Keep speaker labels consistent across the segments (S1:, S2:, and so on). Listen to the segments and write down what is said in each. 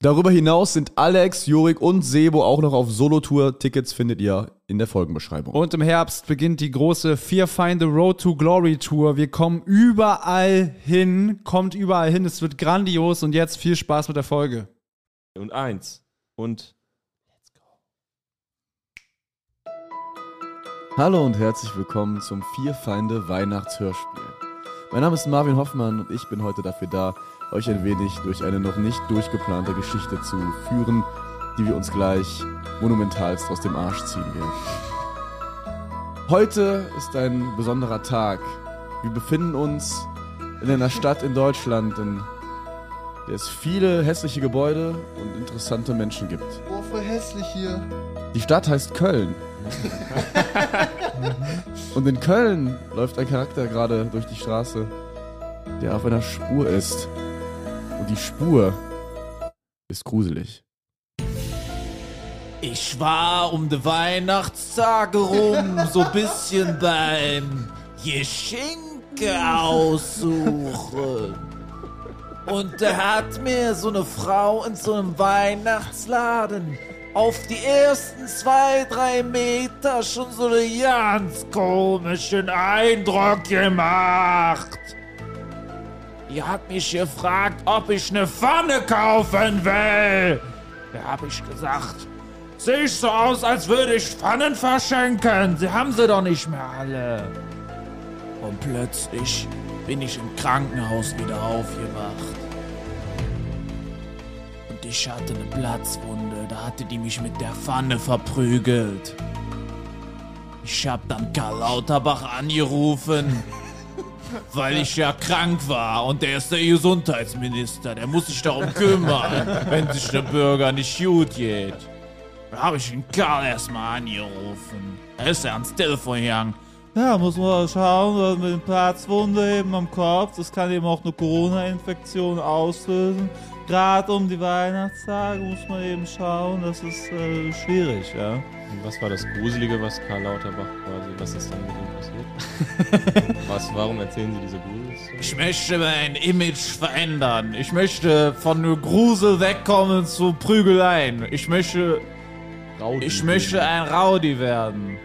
S1: Darüber hinaus sind Alex, Jurik und Sebo auch noch auf Solo-Tour. Tickets findet ihr in der Folgenbeschreibung.
S2: Und im Herbst beginnt die große Fear Find the Road to Glory Tour. Wir kommen überall hin, kommt überall hin. Es wird grandios und jetzt viel Spaß mit der Folge.
S3: Und eins. Und
S1: Hallo und herzlich willkommen zum Vier Feinde Weihnachtshörspiel. Mein Name ist Marvin Hoffmann und ich bin heute dafür da, euch ein wenig durch eine noch nicht durchgeplante Geschichte zu führen, die wir uns gleich monumentalst aus dem Arsch ziehen werden. Heute ist ein besonderer Tag. Wir befinden uns in einer Stadt in Deutschland, in der es viele hässliche Gebäude und interessante Menschen gibt.
S4: Oh, voll hässlich hier.
S1: Die Stadt heißt Köln. Und in Köln läuft ein Charakter gerade durch die Straße, der auf einer Spur ist. Und die Spur ist gruselig.
S5: Ich war um die Weihnachtstage rum so bisschen beim Geschenke aussuchen. Und da hat mir so eine Frau in so einem Weihnachtsladen auf die ersten zwei, drei Meter schon so einen ganz komischen Eindruck gemacht. Die hat mich gefragt, ob ich eine Pfanne kaufen will. Da habe ich gesagt, sehe ich so aus, als würde ich Pfannen verschenken. Sie haben sie doch nicht mehr alle. Und plötzlich bin ich im Krankenhaus wieder aufgewacht. Und ich hatte eine Platzwunde, da hatte die mich mit der Pfanne verprügelt. Ich hab dann Karl Lauterbach angerufen, weil ich ja krank war und der ist der Gesundheitsminister, der muss sich darum kümmern, wenn sich der Bürger nicht gut geht. Da habe ich den Karl erstmal angerufen. Da ist er ans Telefon gegangen. Ja, muss man schauen, was mit dem Platzwunde eben am Kopf, das kann eben auch eine Corona-Infektion auslösen. Gerade um die Weihnachtstage muss man eben schauen, das ist äh, schwierig, ja.
S3: was war das Gruselige, was Karl Lauterbach quasi, was ist dann mit ihm passiert? was, warum erzählen Sie diese Gruselstory?
S5: Ich möchte mein Image verändern. Ich möchte von nur Grusel wegkommen zu Prügeleien. Ich möchte,
S3: Raudi
S5: ich möchte ein Rowdy werden.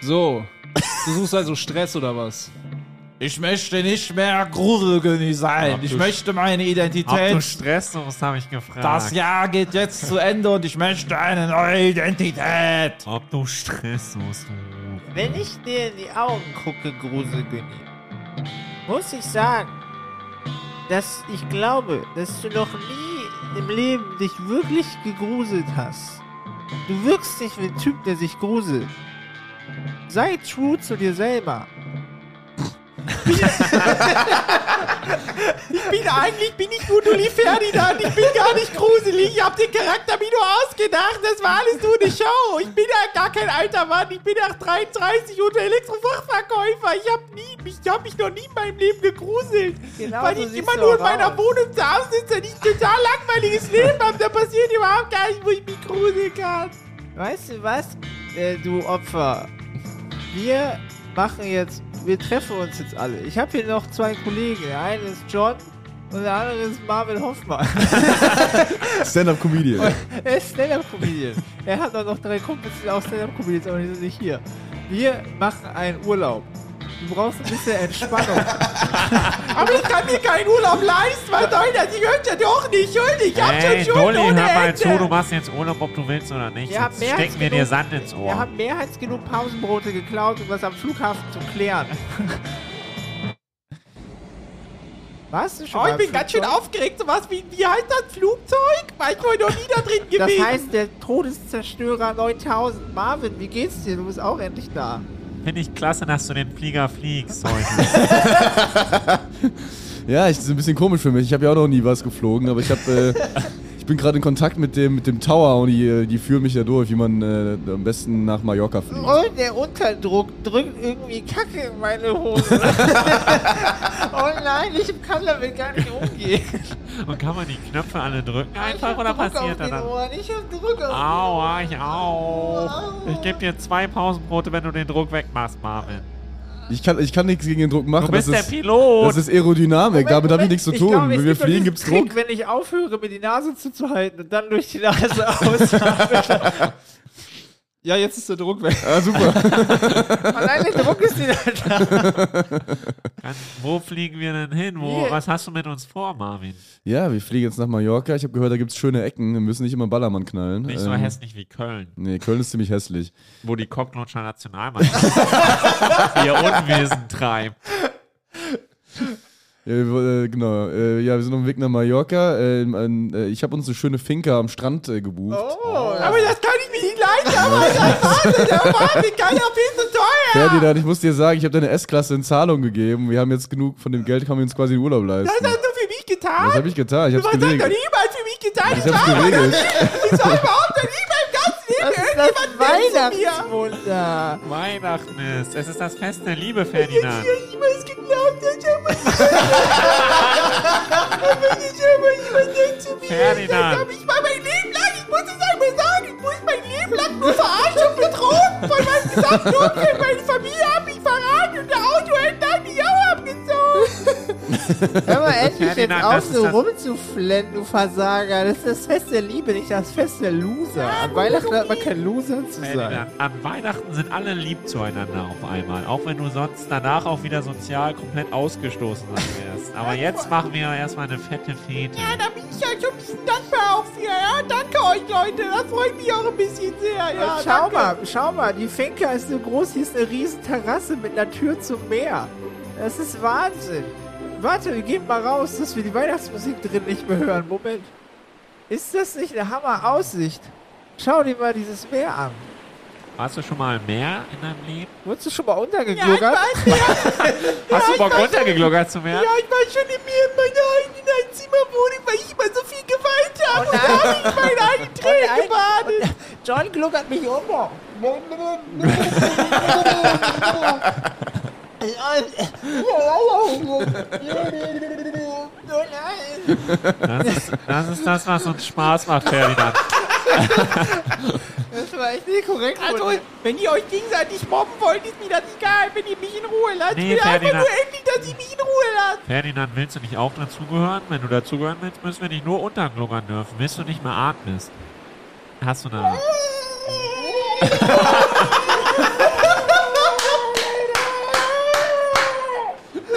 S2: So, du suchst also Stress oder was?
S5: Ich möchte nicht mehr Gruselkönig sein.
S3: Ach,
S5: Ich
S3: du
S5: möchte meine
S6: Ob du
S5: Identität.
S6: Stress suchst, habe ich gefragt.
S5: Das Jahr geht jetzt zu Ende und ich möchte eine neue Identität.
S6: Ob du Stress suchst.
S7: Wenn ich dir in die Augen gucke, Gruselgönny, muss ich sagen, dass ich glaube, dass du noch nie im Leben dich wirklich gegruselt hast. Du wirkst nicht wie ein Typ, der sich gruselt. Sei true zu dir selber. ich bin eigentlich bin ich Guduli Ferdinand. Ich bin gar nicht gruselig. Ich hab den Charakter mir nur ausgedacht. Das war alles nur eine Show. Ich bin ja gar kein alter Mann. Ich bin ja 33 und Elektrofachverkäufer. Ich hab nie, ich hab mich noch nie in meinem Leben gegruselt. weil ich immer nur in meiner Wohnung zu Hause sitze und ich ein total langweiliges Leben habe. Da passiert überhaupt gar nicht, wo ich mich gruseln kann. Weißt du was, Äh, du Opfer? wir machen jetzt, wir treffen uns jetzt alle. Ich habe hier noch zwei Kollegen. Der eine ist John und der andere ist Marvin Hoffmann.
S1: Stand-up-Comedian.
S7: er ist Stand-Up-Comedian. er hat auch noch drei Kumpels, die auch Stand-Up-Comedians, aber die sind nicht hier. Wir machen einen Urlaub. Du brauchst ein bisschen Entspannung. aber ich kann mir keinen Urlaub leisten, weil Deutschland, ich hört ja doch nicht. Ich
S6: Hey, Dolly, hör mal zu, du machst jetzt Urlaub, ob du willst oder nicht.
S7: Ihr habt
S6: Sonst
S7: mehr
S6: stecken
S7: als
S6: wir dir
S7: genug-
S6: Sand ins
S7: Wir
S6: Ohr.
S7: haben mehr als genug Pausenbrote geklaut, um das am Flughafen zu klären. Warst du schon oh, ich bin ganz schön aufgeregt. So was wie, wie heißt das Flugzeug? War ich wohl noch nie da drin gewesen. Das heißt, der Todeszerstörer 9000. Marvin, wie geht's dir? Du bist auch endlich da.
S6: Finde ich klasse, dass du den Flieger fliegst heute.
S1: Ja, ich, das ist ein bisschen komisch für mich. Ich habe ja auch noch nie was geflogen, aber ich habe äh, ich Ich bin gerade in Kontakt mit dem, mit dem Tower und die, die führen mich ja durch, wie man äh, am besten nach Mallorca fliegt.
S7: Und der Unterdruck drückt irgendwie Kacke in meine Hose. oh nein, ich kann damit gar nicht umgehen.
S6: Und kann man die Knöpfe alle drücken einfach oder
S7: Druck auf
S6: passiert da
S7: den
S6: dann?
S7: Ohren. Ich hab Druck auf
S6: Aua, ich auch. Ich gebe dir zwei Pausenbrote, wenn du den Druck wegmachst, Marvin.
S1: Ich kann, ich kann nichts gegen den Druck machen.
S6: Du bist
S1: das,
S6: der
S1: ist,
S6: Pilot.
S1: das ist Aerodynamik, damit habe ich nichts zu tun.
S7: glaube, es
S1: Wenn wir
S7: gibt doch diesen
S1: fliegen, gibt's Druck.
S7: Trick, Wenn ich aufhöre, mir die Nase zuzuhalten und dann durch die Nase ausatme.
S2: Ja, jetzt ist der Druck weg.
S1: Ah, super.
S7: Allein der Druck ist wieder da.
S6: Dann, wo fliegen wir denn hin? Wo,
S7: Hier.
S6: was hast du mit uns vor, Marvin?
S1: ja, wir fliegen jetzt nach Mallorca. Ich habe gehört, da gibt's schöne Ecken. Wir müssen nicht immer Ballermann knallen. Ähm,
S6: Nicht so hässlich wie Köln,
S1: Nee, Köln ist ziemlich hässlich.
S6: wo die Cocknotscher Nationalmannschaft ihr Unwesen treibt.
S1: Ja, wir, äh, genau. Äh, ja, wir sind auf dem Weg nach Mallorca. Äh, ähm, äh, ich habe uns eine schöne Finca am Strand äh, gebucht.
S7: Oh. Aber das kann ich mir nicht leisten. Aber das Wahnsinn, der Marvin kann ja viel zu teuer.
S1: Ferdinand, ich muss dir sagen, ich habe deine S-Klasse in Zahlung gegeben. Wir haben jetzt genug von dem Geld, können wir uns quasi in Urlaub leisten.
S7: Das hast du für mich getan.
S1: Was habe ich getan? Ich
S7: Du
S1: habe
S7: hast
S1: es
S7: das doch
S1: geregelt.
S7: niemals für mich getan. Ich
S1: Ich habe es
S7: war
S1: geregelt.
S7: ich soll überhaupt noch nie beim ganzen Leben irgendjemand Weihnachtswunder.
S6: Weihnachten ist. Es ist das Fest der Liebe,
S7: Ich
S6: Ferdinand.
S7: habe niemals geglaubt, dass ich Aber ich habe niemand der zu mir
S6: Ferdinand.
S7: ist. Ich war mein Leben lang, ich muss es einmal sagen, ich muss mein Leben lang nur verarscht und betrogen von meinem gesamten Umfeld. Meine Familie hat mich verraten und der Autohändler hat mich auch abgezogen. Hör mal, endlich
S6: Ferdinand, auf, das ist so das-
S7: rumzuflennen, du Versager. Das ist das Fest der Liebe, nicht das Fest der Loser. An Weihnachten hat man kein Loser zu
S6: Ferdinand, an Weihnachten sind alle lieb zueinander auf einmal. Auch wenn du sonst danach auch wieder sozial komplett ausgestoßen wirst. Aber jetzt machen wir erstmal eine fette Fete.
S7: Ja, da bin ich ja schon ein bisschen dankbar auch für. Ja, danke euch, Leute. Da freut mich auch ein bisschen sehr. Ja, Äh, schau mal, schau mal. Die Finca ist so groß. Hier ist eine riesen Terrasse mit einer Tür zum Meer. Das ist Wahnsinn. Warte, wir gehen mal raus, dass wir die Weihnachtsmusik drin nicht mehr hören. Moment. Ist das nicht eine Hammer-Aussicht? Schau dir mal dieses Meer an.
S6: Warst du schon mal mehr in deinem Leben?
S7: Wurdest du schon mal untergegluckert?
S6: Hast du Bock runtergegluckert zu mehr?
S7: Ja, ich war schon in mir in meiner eigenen Zimmerwohnung, weil ich immer so viel geweint habe. Und da habe ich meine eigenen Tränen gebadet. John gluckert mich um.
S6: Das ist, das ist das, was uns Spaß macht, Ferdinand.
S7: Das war echt nicht korrekt. Also, wenn ihr euch gegenseitig mobben wollt, ist mir das egal, wenn ihr mich in Ruhe lasst. ich
S6: Nee,
S7: will einfach
S6: Ferdinand.
S7: nur endlich, dass ihr mich in Ruhe lasst.
S6: Ferdinand, willst du nicht auch dazugehören? Wenn du dazugehören willst, müssen wir dich nur untergluckern dürfen, bis du nicht mehr atmest. Hast du eine...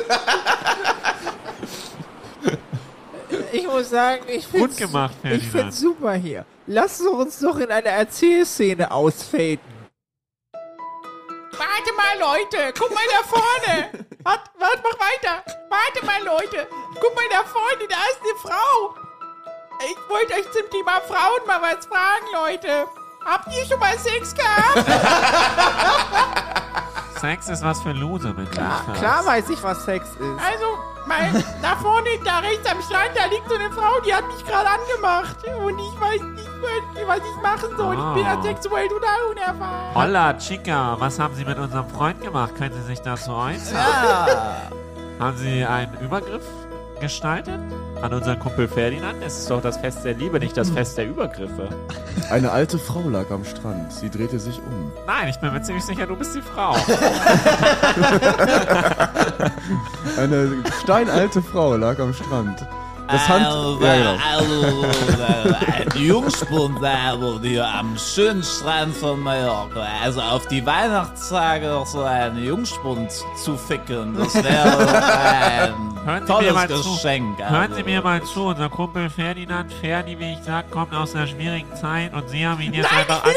S7: Ich muss sagen, ich finde
S6: Gut gemacht,
S7: ich
S6: Ferdinand.
S7: find's super hier. Lass uns doch in einer Erzählszene ausfaden. Warte mal, Leute, guck mal da vorne. Warte, wart, mach weiter. Warte mal, Leute, guck mal da vorne, da ist eine Frau. Ich wollte euch zum Thema Frauen mal was fragen, Leute. Habt ihr schon mal Sex gehabt?
S6: Sex ist was für Loser, wenn du nicht
S4: Klar weiß ich, was Sex ist.
S7: Also, mein, da vorne, da rechts am Strand, da liegt so eine Frau, die hat mich gerade angemacht. Und ich weiß nicht, was ich machen soll. Ich bin
S6: Ah.
S7: ja sexuell total unerfahren.
S6: Hola, Chica, was haben Sie mit unserem Freund gemacht? Können Sie sich dazu äußern? Haben Sie einen Übergriff gestaltet? An unseren Kumpel Ferdinand? Es ist doch das Fest der Liebe, nicht das Fest der Übergriffe.
S1: Eine alte Frau lag am Strand. Sie drehte sich um.
S6: Nein, ich bin mir ziemlich sicher, du bist die Frau.
S1: Eine steinalte Frau lag am Strand. Das Hand...
S5: Also,
S1: Ja, genau.
S5: also, ein Jungspund da wurde hier am schönen Strand von Mallorca. Also auf die Weihnachtstage noch so einen Jungspund zu ficken, das wäre doch
S6: Hören
S5: ein
S6: Sie mir
S5: tolles
S6: mal
S5: Geschenk.
S6: zu.
S5: Also.
S6: Hören Sie mir mal zu. Unser Kumpel Ferdinand Ferdi, wie ich sag, kommt aus einer schwierigen Zeit und Sie haben ihn jetzt einfach ange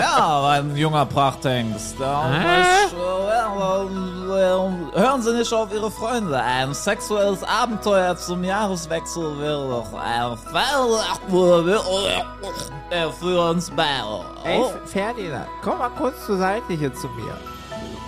S5: Ja, aber ein junger Prachthengst. Ja,
S6: Hä?
S5: was, äh, äh, äh, Hören Sie nicht auf Ihre Freunde. Ein sexuelles Abenteuer zum Jahreswechsel wäre doch ein Fall für uns beide.
S4: Ey,
S7: Oh.
S4: F- Ferdinand, komm mal kurz zur Seite hier zu mir.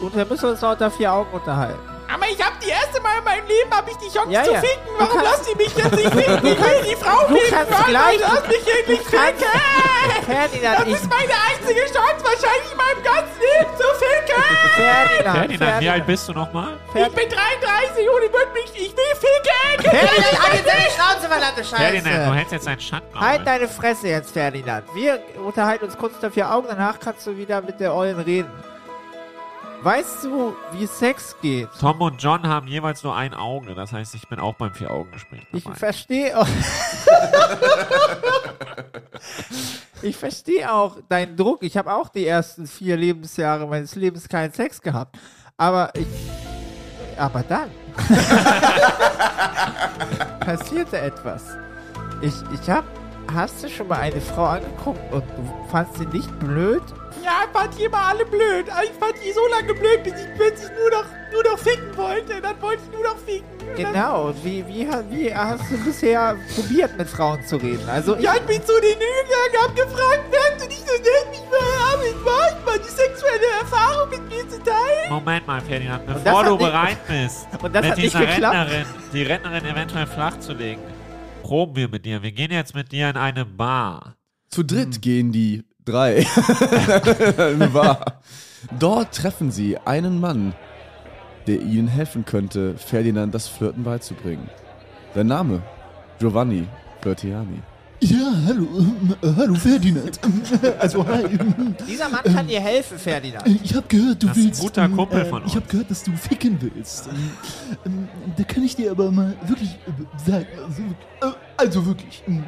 S4: Und wir müssen uns noch unter vier Augen unterhalten.
S7: Aber ich hab die erste Mal in meinem Leben hab ich die Chance
S4: Ja,
S7: zu
S4: ja.
S7: ficken.
S4: Du
S7: Warum
S4: kannst-
S7: lasst ihr mich jetzt nicht ficken? Ich will die Frau
S4: du
S7: ficken.
S4: kannst
S7: Mann,
S4: gleich-
S7: Lasst mich endlich
S4: du kannst-
S7: ficken.
S4: Ferdinand,
S7: Das
S4: ich.
S7: ist meine einzige Chance wahrscheinlich in meinem ganzen Leben zu ficken.
S4: Ferdinand,
S6: Ferdinand, halt wie alt bist du nochmal?
S7: Ich bin 33 und ich würd mich, ich will ficken.
S4: Ferdinand, halt jetzt deine Schnauze, verdammte Scheiße!
S6: Ferdinand, du hältst jetzt einen Schatten
S4: Halt deine Fresse jetzt, Ferdinand. Wir unterhalten uns kurz unter vier Augen, danach kannst du wieder mit der Ollen reden. Weißt du, wie Sex geht?
S6: Tom und John haben jeweils nur ein Auge. Das heißt, ich bin auch beim Vier-Augen-Gespräch
S4: Ich
S6: dabei.
S4: verstehe auch. ich verstehe auch deinen Druck. Ich habe auch die ersten vier Lebensjahre meines Lebens keinen Sex gehabt. Aber ich. Aber dann. passierte etwas. Ich, ich habe. Hast du schon mal eine Frau angeguckt und du fandst sie nicht blöd?
S7: Ja, ich fand die immer alle blöd. Also Ich fand die so lange blöd, bis ich plötzlich nur noch, nur noch ficken wollte. Dann wollte ich nur noch ficken. Und dann-
S4: Genau. Wie, wie, wie hast du bisher probiert, mit Frauen zu reden? Also ich,
S7: Ja, ich bin zu den hingegangen, hab gefragt, merkst du nicht, dass ich mich verabschieden ich mal die sexuelle Erfahrung mit mir zu teilen?
S6: Moment mal, Ferdinand,
S4: das
S6: bevor
S4: hat
S6: du
S4: nicht-
S6: bereit bist,
S4: Und das
S6: mit
S4: hat nicht
S6: dieser
S4: geklappt.
S6: Rentnerin, die Rentnerin eventuell flach zu legen, proben wir mit dir. Wir gehen jetzt mit dir in eine Bar.
S1: Zu dritt
S8: Hm.
S1: gehen die drei in Wahr. Dort treffen sie einen Mann, der ihnen helfen könnte, Ferdinand das Flirten beizubringen. Sein Name? Giovanni Flirtiani.
S8: Ja, hallo, ähm, äh, hallo Ferdinand. Ähm, äh, Also hi. ähm,
S4: dieser Mann kann dir helfen, Ferdinand.
S8: äh, Ich habe gehört, du
S6: Das ist ein
S8: willst.
S6: guter
S8: ähm,
S6: Kumpel
S8: äh,
S6: von
S8: Ich habe
S6: uns.
S8: gehört, dass du ficken willst. Ähm, ähm, Da kann ich dir aber mal wirklich äh, sagen, also, äh, also wirklich. ähm,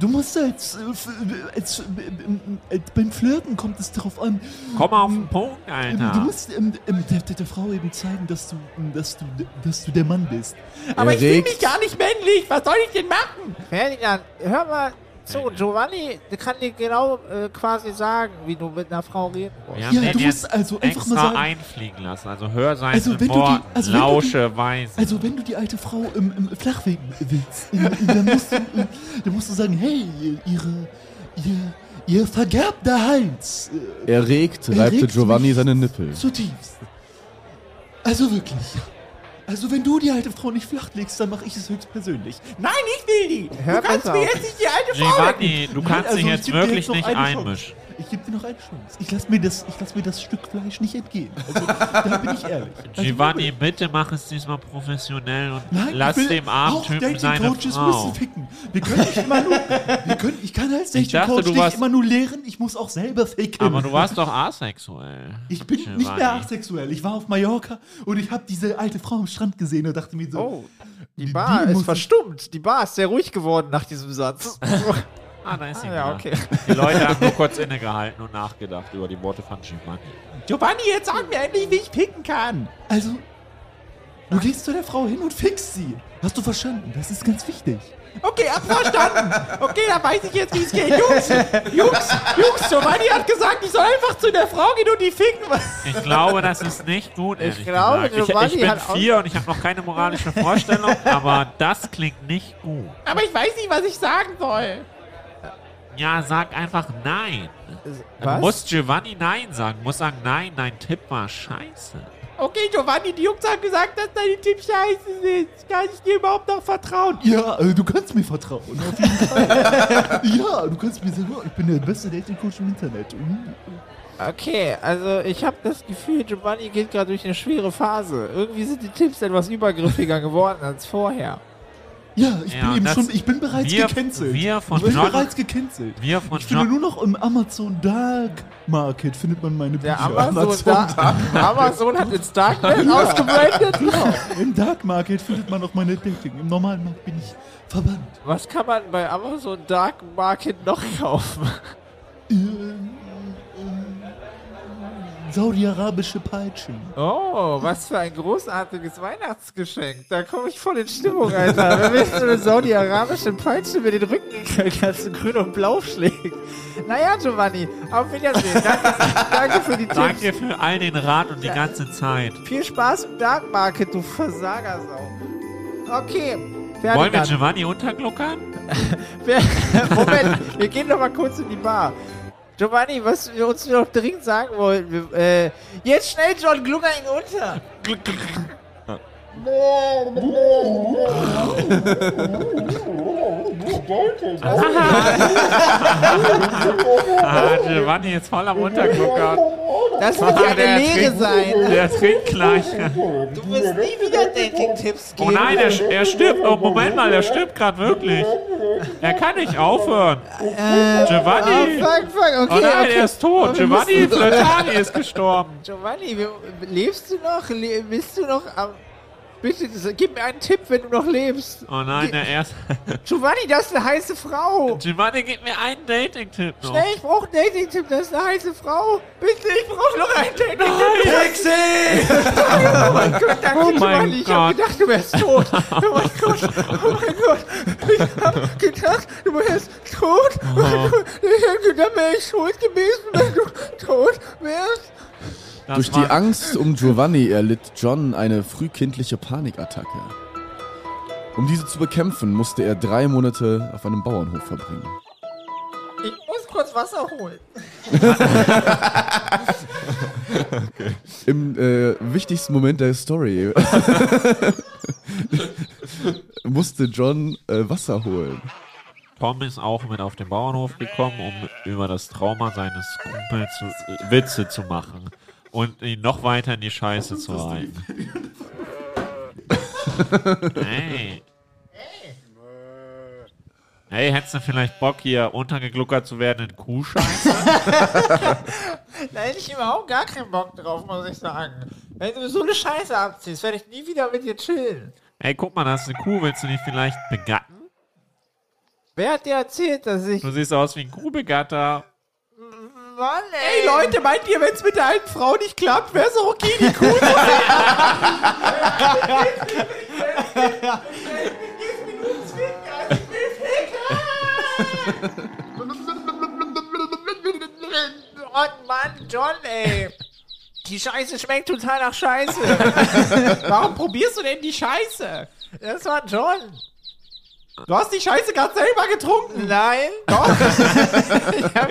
S8: Du musst als, äh, f- als, äh, ähm, als beim Flirten kommt es darauf an,
S6: Komm mal auf den Punkt, Alter.
S8: ähm, du musst ähm, ähm, der, der, der Frau eben zeigen, dass du, ähm, dass du, dass du der Mann bist.
S7: Aber ich fühle
S1: regt-
S7: mich gar nicht männlich, was soll ich denn machen?
S4: Ferdinand, hör mal zu, Giovanni der kann dir genau äh, quasi sagen, wie du mit einer Frau reden musst.
S6: wir
S8: Ja,
S6: haben den
S8: du
S6: jetzt
S8: musst also einfach mal
S6: extra
S8: sagen.
S6: einfliegen lassen. Also hör seine
S8: Also wenn du die-
S6: Worten,
S8: also wenn du die-
S6: lausche weise.
S8: Also wenn du die alte Frau im, im Flachweg willst, äh, äh, dann, musst du, äh, dann musst du sagen, hey, ihr- ihre, ihr, ihr verderbter Hals, äh,
S1: Erregt
S8: Erregt
S1: reibte Giovanni
S8: mich
S1: seine Nippel.
S8: zutiefst. Also wirklich. Also wenn du die alte Frau nicht flachlegst, dann mache ich es höchstpersönlich.
S7: Nein, ich will die.
S4: Hör
S7: Du kannst
S4: besser
S7: mir
S4: auf.
S7: jetzt nicht die alte Frau wecken.
S6: Giovanni, du
S8: Nein,
S6: kannst dich
S8: also ich
S6: jetzt
S8: geb dir
S6: wirklich
S8: jetzt noch
S6: nicht
S8: eine Chance.
S6: einmischen.
S8: Ich gebe dir noch eine Chance. Ich lasse mir, das- ich lass mir das Stück Fleisch nicht entgehen. Also, da bin ich ehrlich. Also,
S6: Giovanni, bitte mach es diesmal professionell und
S8: Nein, ich
S6: lass
S8: will-
S6: dem
S8: auch
S6: armen Typen
S8: Dating
S6: seine
S8: Coaches
S6: Frau.
S8: müssen ficken. Wir können nicht immer nur, wir können, ich kann als Dating
S6: dachte,
S8: Coach
S6: du
S8: nicht
S6: warst-
S8: immer nur lehren, ich muss auch selber ficken.
S6: Aber du warst doch asexuell.
S8: ich bin nicht
S6: Giovanni.
S8: mehr asexuell. Ich war auf Mallorca und ich habe diese alte Frau am Strand gesehen und dachte mir so,
S4: Oh, die
S8: Die-
S4: Bar
S8: die
S4: ist
S8: muss-
S4: verstummt. Die Bar ist sehr ruhig geworden nach diesem Satz.
S6: Ah, da ist sie
S4: ja,
S6: wieder.
S4: okay.
S6: Die Leute haben nur kurz innegehalten und nachgedacht über die Worte von Giovanni.
S7: Giovanni, jetzt sag mir endlich, wie ich picken kann.
S8: also, du gehst zu der Frau hin und fickst sie. Hast du verstanden? Das ist ganz wichtig.
S7: Okay, hab verstanden. Okay, dann weiß ich jetzt, wie es geht. Jungs, Jungs, Jungs, Giovanni hat gesagt, ich soll einfach zu der Frau gehen und die ficken.
S6: Ich glaube, das ist nicht gut, ehrlich
S4: glaube,
S6: gesagt.
S4: Giovanni
S6: Ich, ich bin
S4: hat auch-
S6: vier und ich habe noch keine moralische Vorstellung, aber das klingt nicht gut.
S7: Aber ich weiß nicht, was ich sagen soll.
S6: Ja, sag einfach nein.
S4: Äh,
S6: Du
S4: Was?
S6: musst Giovanni nein sagen. Du musst sagen, nein, dein Tipp war scheiße.
S7: Okay, Giovanni, die Jungs haben gesagt, dass deine Tipps scheiße sind. Kann ich dir überhaupt noch vertrauen?
S8: Ja, äh, du kannst mir vertrauen. Auf jeden Fall. ja, du kannst mir sagen, oh, ich bin der beste Dating Coach im Internet. Mhm.
S4: Okay, also ich habe das Gefühl, Giovanni geht gerade durch eine schwere Phase. Irgendwie sind die Tipps etwas übergriffiger geworden als vorher.
S8: Ja, ich
S6: Ja,
S8: bin eben
S6: das-
S8: schon, ich bin bereits
S6: wir-
S8: gecancelt.
S6: wir von
S8: ich bin
S6: John-
S8: bereits gecancelt.
S6: Wir von
S8: Ich finde
S6: John.
S8: nur noch im Amazon Dark Market findet man meine
S4: Der
S8: Bücher.
S4: Amazon, da, Amazon hat ins Darknet ausgebreitet.
S8: Genau, im Dark Market findet man auch meine Dating. Im normalen Markt bin ich verbannt.
S4: Was kann man bei Amazon Dark Market noch kaufen?
S8: Ähm, ähm, Saudi-arabische Peitschen.
S4: Oh, was für ein großartiges Weihnachtsgeschenk. Da komme ich voll in Stimmung, Alter. Wenn mir so eine saudi-arabische Peitsche über den Rücken gekriegt hast und grün und blau schlägt. Naja, Giovanni, auf Wiedersehen. Danke, danke für die Tipps.
S6: Danke für all den Rat und die ganze Zeit.
S4: Viel Spaß im Dark Market, du Versagersau. Okay,
S6: Wollen wir
S4: Ferdinand.
S6: Giovanni untergluckern?
S4: Wer- Moment, wir gehen noch mal kurz in die Bar. Giovanni, was wir uns noch dringend sagen wollten, wir, äh, jetzt schnell John Glucker ihn unter.
S6: Ah, Giovanni ist voll am Untergucker.
S4: Das wird ja
S6: Der
S4: eine Lehre
S6: trinkt-
S4: sein.
S6: Der trinkt gleich.
S7: Du wirst nie wieder Dating-Tipps geben.
S6: Oh nein, er, er stirbt. Oh, Moment mal, er stirbt gerade wirklich. Er kann nicht aufhören. Giovanni.
S4: äh, Fuck, fuck,
S6: Oh
S4: okay,
S6: nein,
S4: okay.
S6: er ist tot. Giovanni Flötani ist gestorben.
S4: Giovanni, wir- lebst du noch? Le bist du noch am... Bitte, das- gib mir einen Tipp, wenn du noch lebst.
S6: Oh nein, der erste.
S4: Giovanni, das ist eine heiße Frau.
S6: Giovanni, gib mir einen Dating-Tipp noch.
S4: Schnell, ich brauche einen Dating-Tipp, das ist eine heiße Frau. Bitte, ich brauche noch einen Dating-Tipp. Danke,
S6: Oh mein
S4: Giovanni, ich hab
S6: Gott.
S4: gedacht, du wärst tot. Oh mein Gott, oh mein Gott. Ich hab gedacht, du wärst tot. Oh mein Gott. Ich hab gedacht, wäre ich schuld gewesen, wenn du tot wärst.
S6: Das
S1: Durch die
S6: war-
S1: Angst um Giovanni erlitt John eine frühkindliche Panikattacke. Um diese zu bekämpfen, musste er drei Monate auf einem Bauernhof verbringen.
S4: Ich muss kurz Wasser holen.
S1: Im äh, wichtigsten Moment der Story musste John äh, Wasser holen.
S6: Tom ist auch mit auf den Bauernhof gekommen, um über das Trauma seines Kumpels zu, äh, Witze zu machen und ihn noch weiter in die Scheiße zu reiten. Hey. Hey, hättest du vielleicht Bock, hier untergegluckert zu werden in Kuhscheiße?
S4: Da hätte ich überhaupt gar keinen Bock drauf, muss ich sagen. Wenn du so eine Scheiße abziehst, werde ich nie wieder mit dir chillen.
S6: Hey, guck mal, da ist eine Kuh, willst du die vielleicht begatten?
S4: Wer hat dir erzählt, dass ich...
S6: Du siehst aus wie ein Kuhbegatter.
S4: Mann, ey.
S7: Ey Leute, meint ihr, wenn es mit der alten Frau nicht klappt, wäre es auch okay, die Kuh zu
S4: Oh Mann, John, ey. Die Scheiße schmeckt total nach Scheiße.
S7: Warum probierst du denn die Scheiße?
S4: Das war John.
S7: Du hast die Scheiße ganz selber getrunken.
S4: Nein.
S7: Doch.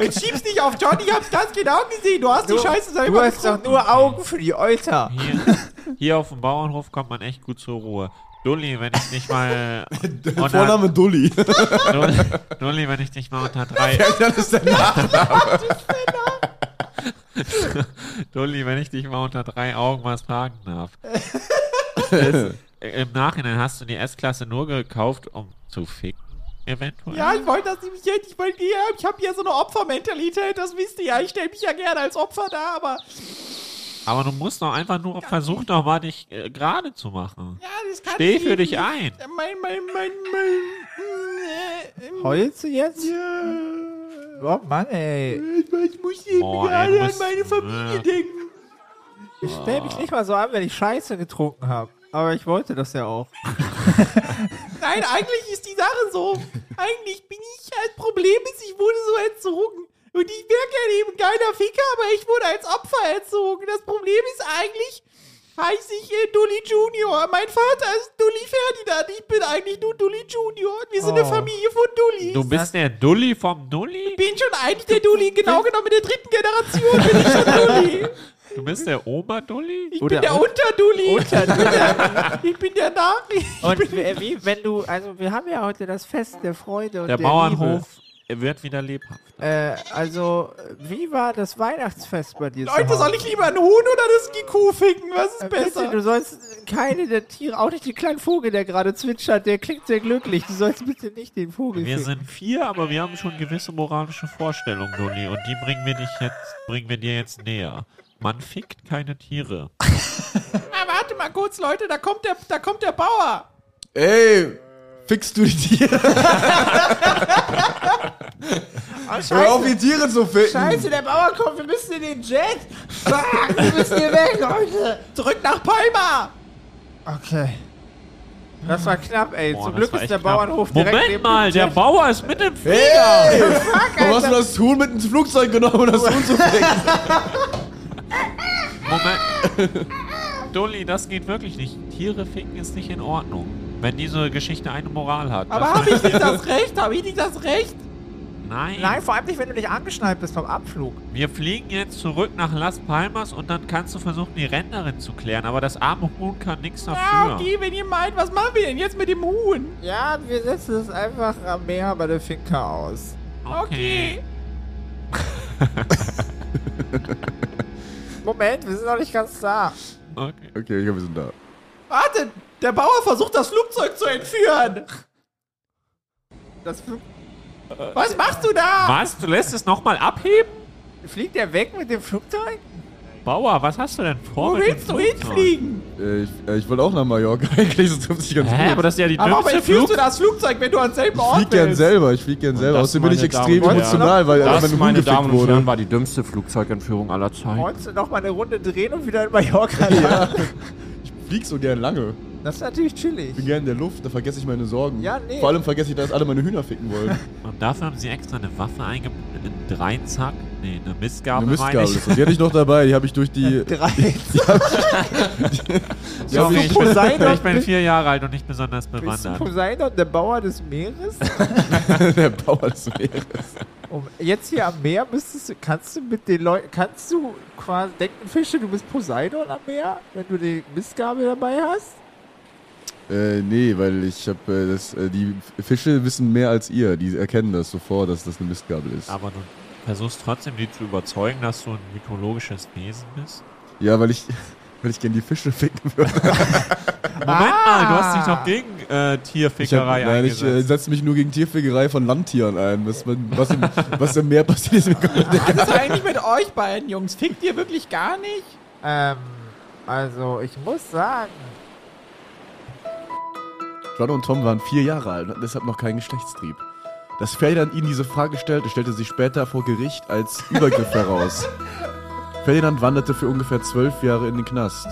S7: Jetzt schiebst nicht auf Johnny, ich hab's ganz genau gesehen. Du hast die Scheiße
S4: Du
S7: selber
S4: hast doch
S7: getrunken.
S4: nur Augen für die Euter.
S6: Hier, hier auf dem Bauernhof kommt man echt gut zur Ruhe. Dulli, wenn ich nicht mal. unter-
S1: Vorname Dulli.
S6: Dulli, Dulli, wenn ich dich mal unter drei.
S1: das ist der Name.
S6: Dulli, wenn ich dich mal unter drei Augen was fragen darf. Äh, Im Nachhinein hast du die S-Klasse nur gekauft, um zu ficken, eventuell.
S7: Ja, ich wollte das nämlich jetzt. Ich wollte hier, ich habe hier so eine Opfermentalität, das wisst ihr ja. Ich stelle mich ja gerne als Opfer da, aber
S6: Aber du musst doch einfach nur versuchen, doch mal dich äh, gerade zu machen.
S7: ja, das kann
S6: Steh
S7: ich
S6: für
S7: nicht.
S6: dich ein.
S7: Mein, mein, mein, mein. mm, äh,
S4: Heulst du jetzt? Oh Mann, ey.
S7: Ich muss hier
S6: Boah, ey, du
S7: gerade an
S6: bist-
S7: meine Familie
S6: äh.
S7: denken.
S4: Ich stell mich nicht mal so an, wenn ich Scheiße getrunken habe. Aber ich wollte das ja auch.
S7: Nein, eigentlich ist die Sache so. Eigentlich bin ich, das Problem ist, ich wurde so erzogen. Und ich wäre gerne eben geiler Ficker, aber ich wurde als Opfer erzogen. Das Problem ist eigentlich, heiße ich äh, Dulli Junior. Mein Vater ist Dulli Ferdinand. Ich bin eigentlich nur Dulli Junior. Und wir sind eine
S4: Oh.
S7: Familie von Dullis.
S6: Du bist der Dulli vom
S7: ich
S6: Dulli?
S7: bin schon eigentlich der Dulli, genau genommen in der dritten Generation bin ich schon Dulli.
S6: Du bist der Oma-Dulli?
S7: Ich bin der Unterdulli. Unter ich bin der Nachricht.
S4: Und wie, wie, wenn du, also wir haben ja heute das Fest der Freude und
S6: Der
S4: der,
S6: Bauernhof wird wieder lebhaft.
S4: Liebe. Äh, also, wie war das Weihnachtsfest bei dir? Äh,
S7: Leute, soll ich lieber einen Huhn oder das die Kuh ficken? Was ist
S4: Bitte,
S7: besser?
S4: du sollst keine der Tiere, auch nicht den kleinen Vogel, der gerade zwitschert, der klingt sehr glücklich. Du sollst bitte nicht den Vogel
S6: Wir
S4: ficken.
S6: sind vier, aber wir haben schon gewisse moralische Vorstellungen, Dulli. Und die bringen wir, dich jetzt, bringen wir dir jetzt näher. Man fickt keine Tiere.
S7: Ah, warte mal kurz, Leute, da kommt der, da kommt der Bauer.
S1: Ey, fixst du die Tiere? Hör auf, die Tiere zu ficken.
S7: Scheiße, der Bauer kommt, wir müssen in den Jet. Fuck, wir müssen hier weg, Leute. Zurück nach Palma.
S4: Okay. Das war knapp, ey.
S6: Boah,
S4: Zum
S6: das
S4: Glück
S6: war
S4: ist
S6: echt
S4: der
S6: knapp.
S4: Bauernhof direkt
S6: Moment
S4: neben
S6: mal, der Bauer ist mit dem Flieger.
S1: Warum hast du das Huhn mit ins Flugzeug genommen und das
S3: Oh.
S1: Huhn zu ficken?
S6: Moment. Dulli, das geht wirklich nicht. Tiere ficken ist nicht in Ordnung. Wenn diese Geschichte eine Moral hat.
S7: Aber
S6: Das-
S7: habe ich nicht das Recht? Habe ich nicht das Recht?
S6: Nein.
S4: Nein, vor allem nicht, wenn du nicht angeschnallt bist vom Abflug.
S6: Wir fliegen jetzt zurück nach Las Palmas und dann kannst du versuchen, die Ränderin zu klären. Aber das arme Huhn kann nichts
S7: Ja,
S6: dafür.
S7: okay, wenn ihr meint, was machen wir denn jetzt mit dem Huhn?
S4: Ja, wir setzen es einfach am Meer bei der Finca aus.
S7: Okay.
S4: Moment, wir sind noch nicht ganz da.
S6: okay.
S1: Okay, ich glaube, wir sind da.
S7: Wartet, der Bauer versucht, das Flugzeug zu entführen.
S4: Das Flug
S7: Was machst du da?
S6: Was? Du lässt es nochmal abheben?
S4: Fliegt der weg mit dem Flugzeug?
S6: Bauer, was hast du denn vor?
S7: Wo
S6: mit dem
S7: willst du
S6: Flugzeug?
S7: hinfliegen?
S1: Äh, ich äh, ich wollte auch nach Mallorca eigentlich, das trifft sich ganz
S6: Hä, aber
S1: gut.
S6: das ist ja die
S7: Aber warum
S6: dümmste
S7: entführst du
S6: Flug...
S7: das Flugzeug, wenn du an selben
S1: Ich
S7: Ort
S1: flieg
S7: bist?
S1: gern selber, ich flieg gern selber.
S3: das,
S1: Außerdem bin ich
S3: meine Damen
S1: extrem
S3: und Herren,
S1: emotional, weil äh,
S3: Das,
S1: mein Huhn
S3: meine
S1: gefickt
S3: Damen und
S1: wurde.
S3: Herren, war die dümmste Flugzeugentführung aller Zeiten.
S4: Wolltest du noch mal eine Runde drehen und wieder in Mallorca
S1: Ja. Ich flieg so gern lange.
S4: Das ist natürlich chillig.
S1: Ich bin gern in der Luft, da vergesse ich meine Sorgen.
S4: Ja, nee.
S1: Vor allem vergesse ich, dass alle meine Hühner ficken wollen.
S6: Und dafür haben sie extra eine Waffe eingebunden. Einen Dreizack? Nee, eine Mistgabel,
S1: Eine
S6: meine
S1: Mistgabel
S6: ich.
S1: ist das. Die hatte ich noch dabei, die habe ich durch die...
S4: Drei.
S1: Die hab
S6: Sorry,
S1: ich,
S6: ich, bin,
S4: Poseidon
S6: ich bin vier Jahre alt und nicht besonders
S4: Bist du
S6: bewandert.
S4: Poseidon, der Bauer des Meeres?
S1: der Bauer des Meeres.
S4: Um, jetzt hier am Meer müsstest du, kannst du mit den Leuten, kannst du quasi, denken Fische, du bist Poseidon am Meer, wenn du die Mistgabel dabei hast?
S1: Äh, nee, weil ich habe äh, das... Äh, die Fische wissen mehr als ihr. Die erkennen das sofort, dass das eine Mistgabel ist.
S6: Aber du versuchst trotzdem, die zu überzeugen, dass du ein mythologisches Wesen bist.
S1: Ja, weil ich... Weil ich gern die Fische ficken würde.
S7: Ah.
S6: Moment mal, du hast dich doch gegen äh,
S1: Ich hab-
S6: Tierfickerei
S1: nein, ich äh,
S6: eingesetzt.
S1: setze mich nur gegen Tierfickerei von Landtieren ein. Was, man, was, im, was im Meer passiert, ist mir komplett egal.
S7: Was ist eigentlich mit euch beiden, Jungs? Fickt ihr wirklich gar nicht?
S4: Ähm, also ich muss sagen,
S1: John und Tom waren vier Jahre alt und hatten deshalb noch keinen Geschlechtstrieb. Dass Ferdinand ihnen diese Frage stellte, stellte sich später vor Gericht als Übergriff heraus. Ferdinand wanderte für ungefähr zwölf Jahre in den Knast.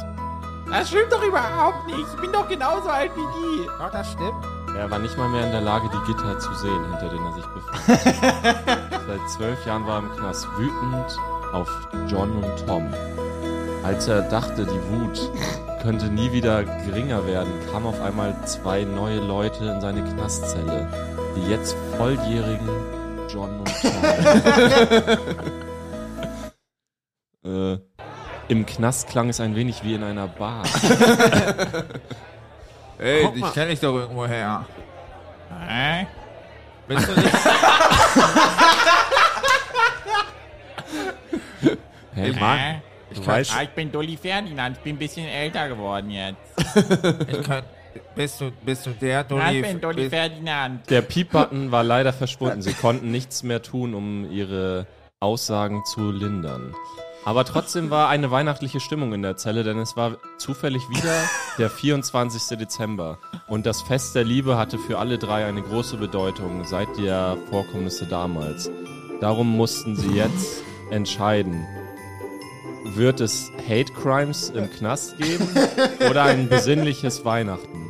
S7: Das stimmt doch überhaupt nicht. Ich bin doch genauso alt wie die.
S4: oh, das stimmt.
S3: Er war nicht mal mehr in der Lage, die Gitter zu sehen, hinter denen er sich befand. Seit zwölf Jahren war er im Knast wütend auf John und Tom. Als er dachte, die Wut könnte nie wieder geringer werden, kamen auf einmal zwei neue Leute in seine Knastzelle. Die jetzt volljährigen John und Tom. äh, Im Knast klang es ein wenig wie in einer Bar.
S4: Ey,
S6: Guck ich mal.
S4: kenne dich doch irgendwo her.
S7: Hä?
S4: Bist du nicht?
S3: Hey,
S7: Mann.
S6: Du weißt,
S7: Äh? ich bin Dolly Ferdinand. Ich bin ein bisschen älter geworden jetzt.
S4: Ich kann, bist du, bist du der
S7: Ferdinand.
S3: Der Piep-Button war leider verschwunden. Sie konnten nichts mehr tun, um ihre Aussagen zu lindern. Aber trotzdem war eine weihnachtliche Stimmung in der Zelle, denn es war zufällig wieder der 24. Dezember. Und das Fest der Liebe hatte für alle drei eine große Bedeutung seit der Vorkommnisse damals. Darum mussten sie jetzt entscheiden. Wird es Hate Crimes im Knast geben oder ein besinnliches Weihnachten?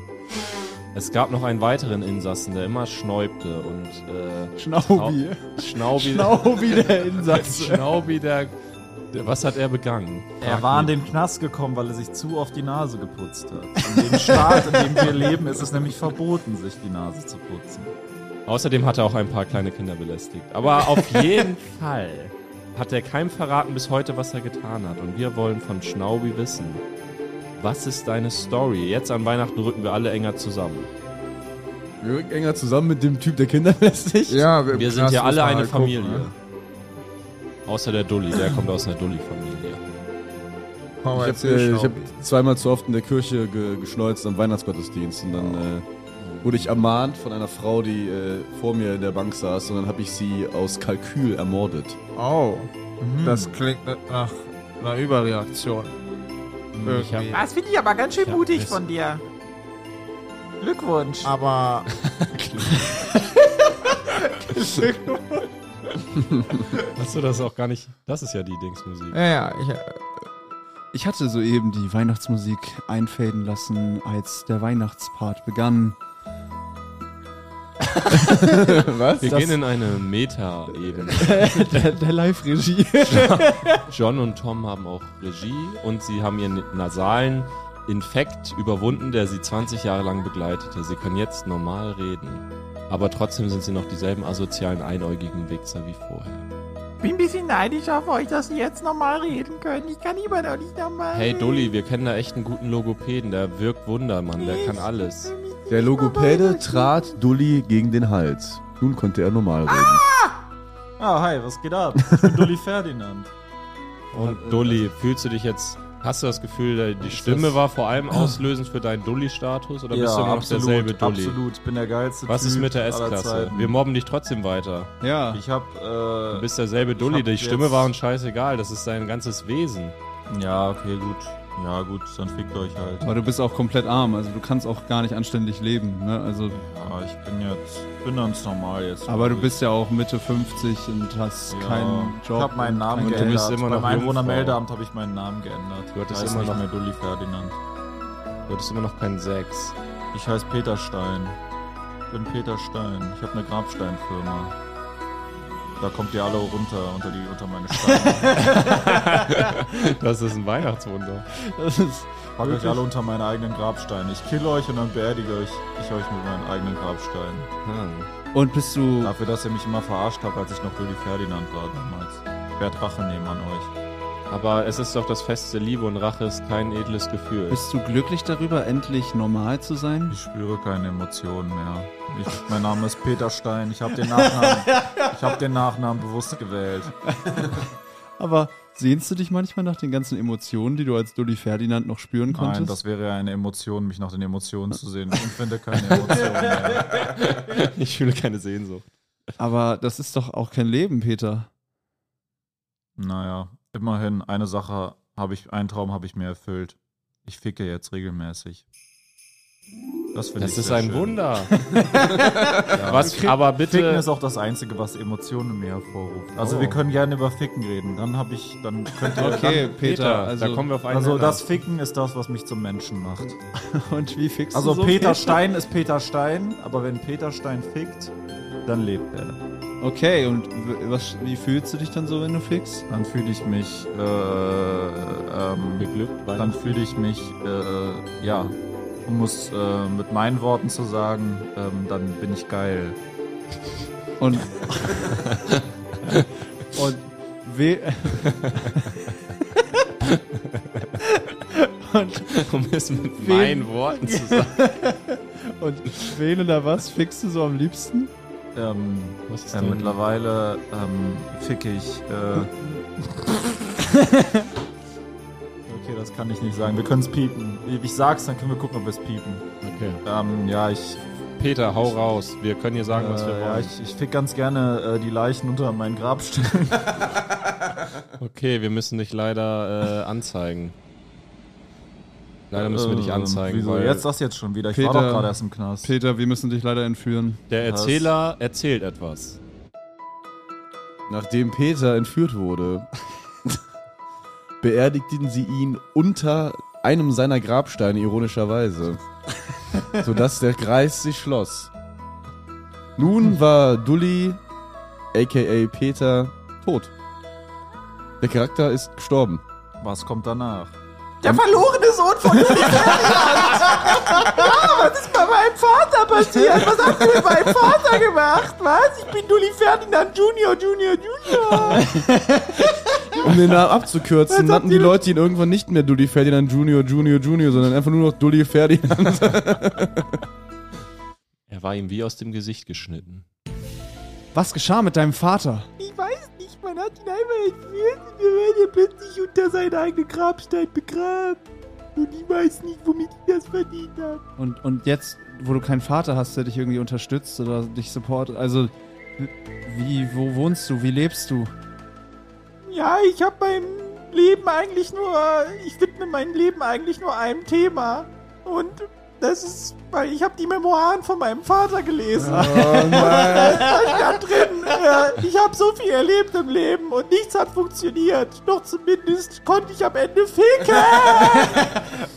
S3: Es gab noch einen weiteren Insassen, der immer schnäubte und äh,
S2: Schnaubi.
S3: Schnaubi,
S9: Genau
S2: Schnaubi der Insatz.
S3: Schnaubi Genau der, der. Was hat er begangen?
S9: Er war in den Knast gekommen, weil er sich zu oft die Nase geputzt hat. In dem Staat, in dem wir leben, ist es nämlich verboten, sich die Nase zu putzen.
S3: Außerdem hat er auch ein paar kleine Kinder belästigt. Aber auf jeden Fall hat er keinem verraten bis heute, was er getan hat. Und wir wollen von Schnaubi wissen, was ist deine Story? Jetzt an Weihnachten rücken wir alle enger zusammen.
S1: Wir rücken enger zusammen mit dem Typ, der Kinder lästigt.
S4: Ja,
S3: Wir sind ja alle eine
S7: halt ne?
S3: Familie. Außer der Dulli, der kommt aus einer Dulli-Familie.
S1: Ich habe äh, ich hab zweimal zu oft in der Kirche ge geschneuzt am Weihnachtsgottesdienst und dann äh, wurde ich ermahnt von einer Frau, die äh, vor mir in der Bank saß und dann habe ich sie aus Kalkül ermordet.
S4: Oh, das klingt nach einer Überreaktion.
S3: Ich hab-
S4: Irgendwie.
S7: Das finde ich aber ganz schön
S3: Ja,
S7: mutig
S3: das-
S7: von dir. Glückwunsch.
S4: Aber
S3: Hast du das auch gar nicht? Das ist ja die Dingsmusik.
S4: Ja, ja, ich,
S2: Ich hatte soeben Also die Weihnachtsmusik einfäden lassen, als der Weihnachtspart begann.
S1: Was?
S3: Wir
S2: Das-
S3: gehen in eine Meta-Ebene.
S2: Der, der Live-Regie.
S3: John und Tom haben auch Regie und sie haben ihren nasalen Infekt überwunden, der sie 20 Jahre lang begleitete. Sie können jetzt normal reden. Aber trotzdem sind sie noch dieselben asozialen, einäugigen Wichser wie vorher.
S7: Bin ein bisschen neidisch auf euch, dass ihr jetzt normal reden könnt. Ich kann immer noch nicht normal
S3: Hey
S7: reden.
S3: Dulli, wir kennen da echt einen guten Logopäden, der wirkt Wunder, Mann, der kann alles.
S1: Der Logopäde trat Dulli gegen den Hals. Nun konnte er normal reden.
S9: Ah, hi, was geht ab? Ich bin Dulli Ferdinand.
S3: Und Dulli, fühlst du dich jetzt, hast du das Gefühl, die Stimme war vor allem auslösend für deinen Dulli-Status oder bist du immer noch derselbe Dulli?
S9: absolut. Ich bin der geilste
S3: Was
S9: typ
S3: ist mit der
S9: aller
S3: S-Klasse?
S9: Zeiten.
S3: Wir mobben dich trotzdem weiter.
S2: Ja.
S9: Ich hab, äh,
S3: Du bist derselbe
S9: hab
S3: Dulli, die
S9: jetzt-
S3: Stimme war uns scheißegal, das ist sein ganzes Wesen.
S9: ja, okay, gut. Ja, gut, dann fickt euch halt.
S2: Aber du bist auch komplett arm, also du kannst auch gar nicht anständig leben. Ne? Also,
S9: Ja, ich bin jetzt, bin ganz normal jetzt.
S2: aber du bist ja auch Mitte 50 und hast
S9: ja,
S2: keinen Job.
S9: Ich hab meinen Namen
S2: und kein-
S9: geändert.
S3: Du bist immer noch
S9: Beim
S3: Jungfrau.
S9: Einwohnermeldeamt habe ich meinen Namen geändert.
S3: Du hattest
S9: Heiß
S3: immer
S9: nicht
S3: noch-
S9: mehr Dulli Ferdinand.
S3: Du hattest immer noch keinen Sex.
S9: Ich heiße Peter Stein. Ich bin Peter Stein. Ich habe eine Grabsteinfirma. Da kommt ihr alle runter unter die unter meine Steine.
S3: Das ist ein Weihnachtswunder.
S2: Das ist,
S9: Pack euch alle unter meine eigenen Grabsteine. Ich kill euch und dann beerdige euch ich euch mit meinen eigenen Grabsteinen.
S3: Hm.
S2: und bist du.
S9: Dafür, dass ihr mich immer verarscht habt, als ich noch Willy Ferdinand war damals. Ich werde Rache nehmen an euch.
S3: Aber es ist doch das Fest der Liebe und Rache ist kein edles Gefühl.
S2: Bist du glücklich darüber, endlich normal zu sein?
S9: Ich spüre keine Emotionen mehr. Ich, mein Name ist Peter Stein. Ich habe den Nachnamen. ich habe den Nachnamen bewusst gewählt.
S2: Aber sehnst du dich manchmal nach den ganzen Emotionen, die du als Dulli Ferdinand noch spüren konntest?
S9: Nein, das wäre ja eine Emotion, mich nach den Emotionen zu sehen. Ich empfinde keine Emotionen mehr.
S3: Ich fühle keine Sehnsucht.
S2: Aber das ist doch auch kein Leben, Peter.
S9: Naja, immerhin, eine Sache habe ich, einen Traum habe ich mir erfüllt. Ich ficke jetzt regelmäßig. Das finde ich
S3: Das ist
S9: sehr
S3: ein
S9: schön.
S3: Wunder.
S9: Ja.
S3: Was, aber
S9: Ficken
S3: bitte.
S9: ist auch das Einzige, was Emotionen in mir hervorruft. Also wir können gerne über Ficken reden. Dann habe ich, dann könnt ihr.
S2: Okay, Peter,
S3: Peter,
S2: also,
S3: da kommen wir auf einen.
S9: Dann, also
S3: Nenner.
S9: das Ficken ist das, was mich zum Menschen macht.
S2: und wie fixst
S9: Also
S2: du so
S9: Peter Stein ist Peter Stein, aber wenn Peter Stein fickt, dann lebt er.
S2: Okay, und w- was, wie fühlst du dich dann so, wenn du fixst?
S9: Dann fühle ich mich, äh, ähm,
S3: beglückt.
S9: dann fühle ich mich, äh, ja, um es äh, mit meinen Worten zu sagen, ähm, dann bin ich geil.
S2: Und und we
S1: äh,
S3: um es mit meinen Worten zu sagen.
S2: und wen oder was fixst du so am liebsten?
S9: Ähm,
S3: Was ist
S9: äh,
S3: denn?
S9: mittlerweile ähm, fick ich. Äh, okay, das kann ich nicht sagen. Wir können es piepen. Ich sag's, dann können wir gucken, ob wir es piepen.
S3: Okay.
S9: Ähm, ja, ich
S3: Peter, hau raus. Wir können hier sagen, was
S9: Äh,
S3: wir
S9: Ja,
S3: wollen.
S9: ich, ich fick ganz gerne äh, die Leichen unter meinen Grabstein.
S3: okay, wir müssen dich leider äh, anzeigen. Leider müssen wir dich
S9: Ähm,
S3: anzeigen,
S9: Wieso?
S3: weil
S9: Jetzt das jetzt schon wieder. Ich war
S2: Peter-
S9: doch gerade erst im Knast.
S2: Peter, wir müssen dich leider entführen.
S3: der Erzähler erzählt etwas.
S1: Nachdem Peter entführt wurde, beerdigten sie ihn unter einem seiner Grabsteine ironischerweise, sodass der Kreis sich schloss. Nun war Dulli, aka Peter, tot. Der Charakter ist gestorben.
S9: Was kommt danach?
S7: Der verlorene Sohn von Julian Ja, was ist bei meinem Vater passiert? Was habt ihr mit meinem Vater gemacht? Was? Ich bin Dulli Ferdinand Junior, Junior, Junior.
S1: Um den Namen abzukürzen, nannten die Leute ihn irgendwann nicht mehr Dulli Ferdinand Junior, Junior, Junior, sondern einfach nur noch Dulli Ferdinand.
S3: Er war ihm wie aus dem Gesicht geschnitten.
S2: Was geschah mit deinem Vater?
S7: Ich weiß nicht, man hat ihn einmal entführt und wir werden ja plötzlich unter seinen eigenen Grabstein begraben. Und ich weiß nicht, womit ich das verdient habe.
S2: Und und jetzt, wo du keinen Vater hast, der dich irgendwie unterstützt oder dich supportet, also w- wie wo wohnst du? Wie lebst du?
S7: Ja, ich habe mein Leben eigentlich nur, ich widme mein Leben eigentlich nur einem Thema. Und das ist, weil ich habe die Memoiren von meinem Vater gelesen. da drin. Äh, ich habe so viel erlebt im Leben und nichts hat funktioniert. Doch zumindest konnte ich am Ende ficken.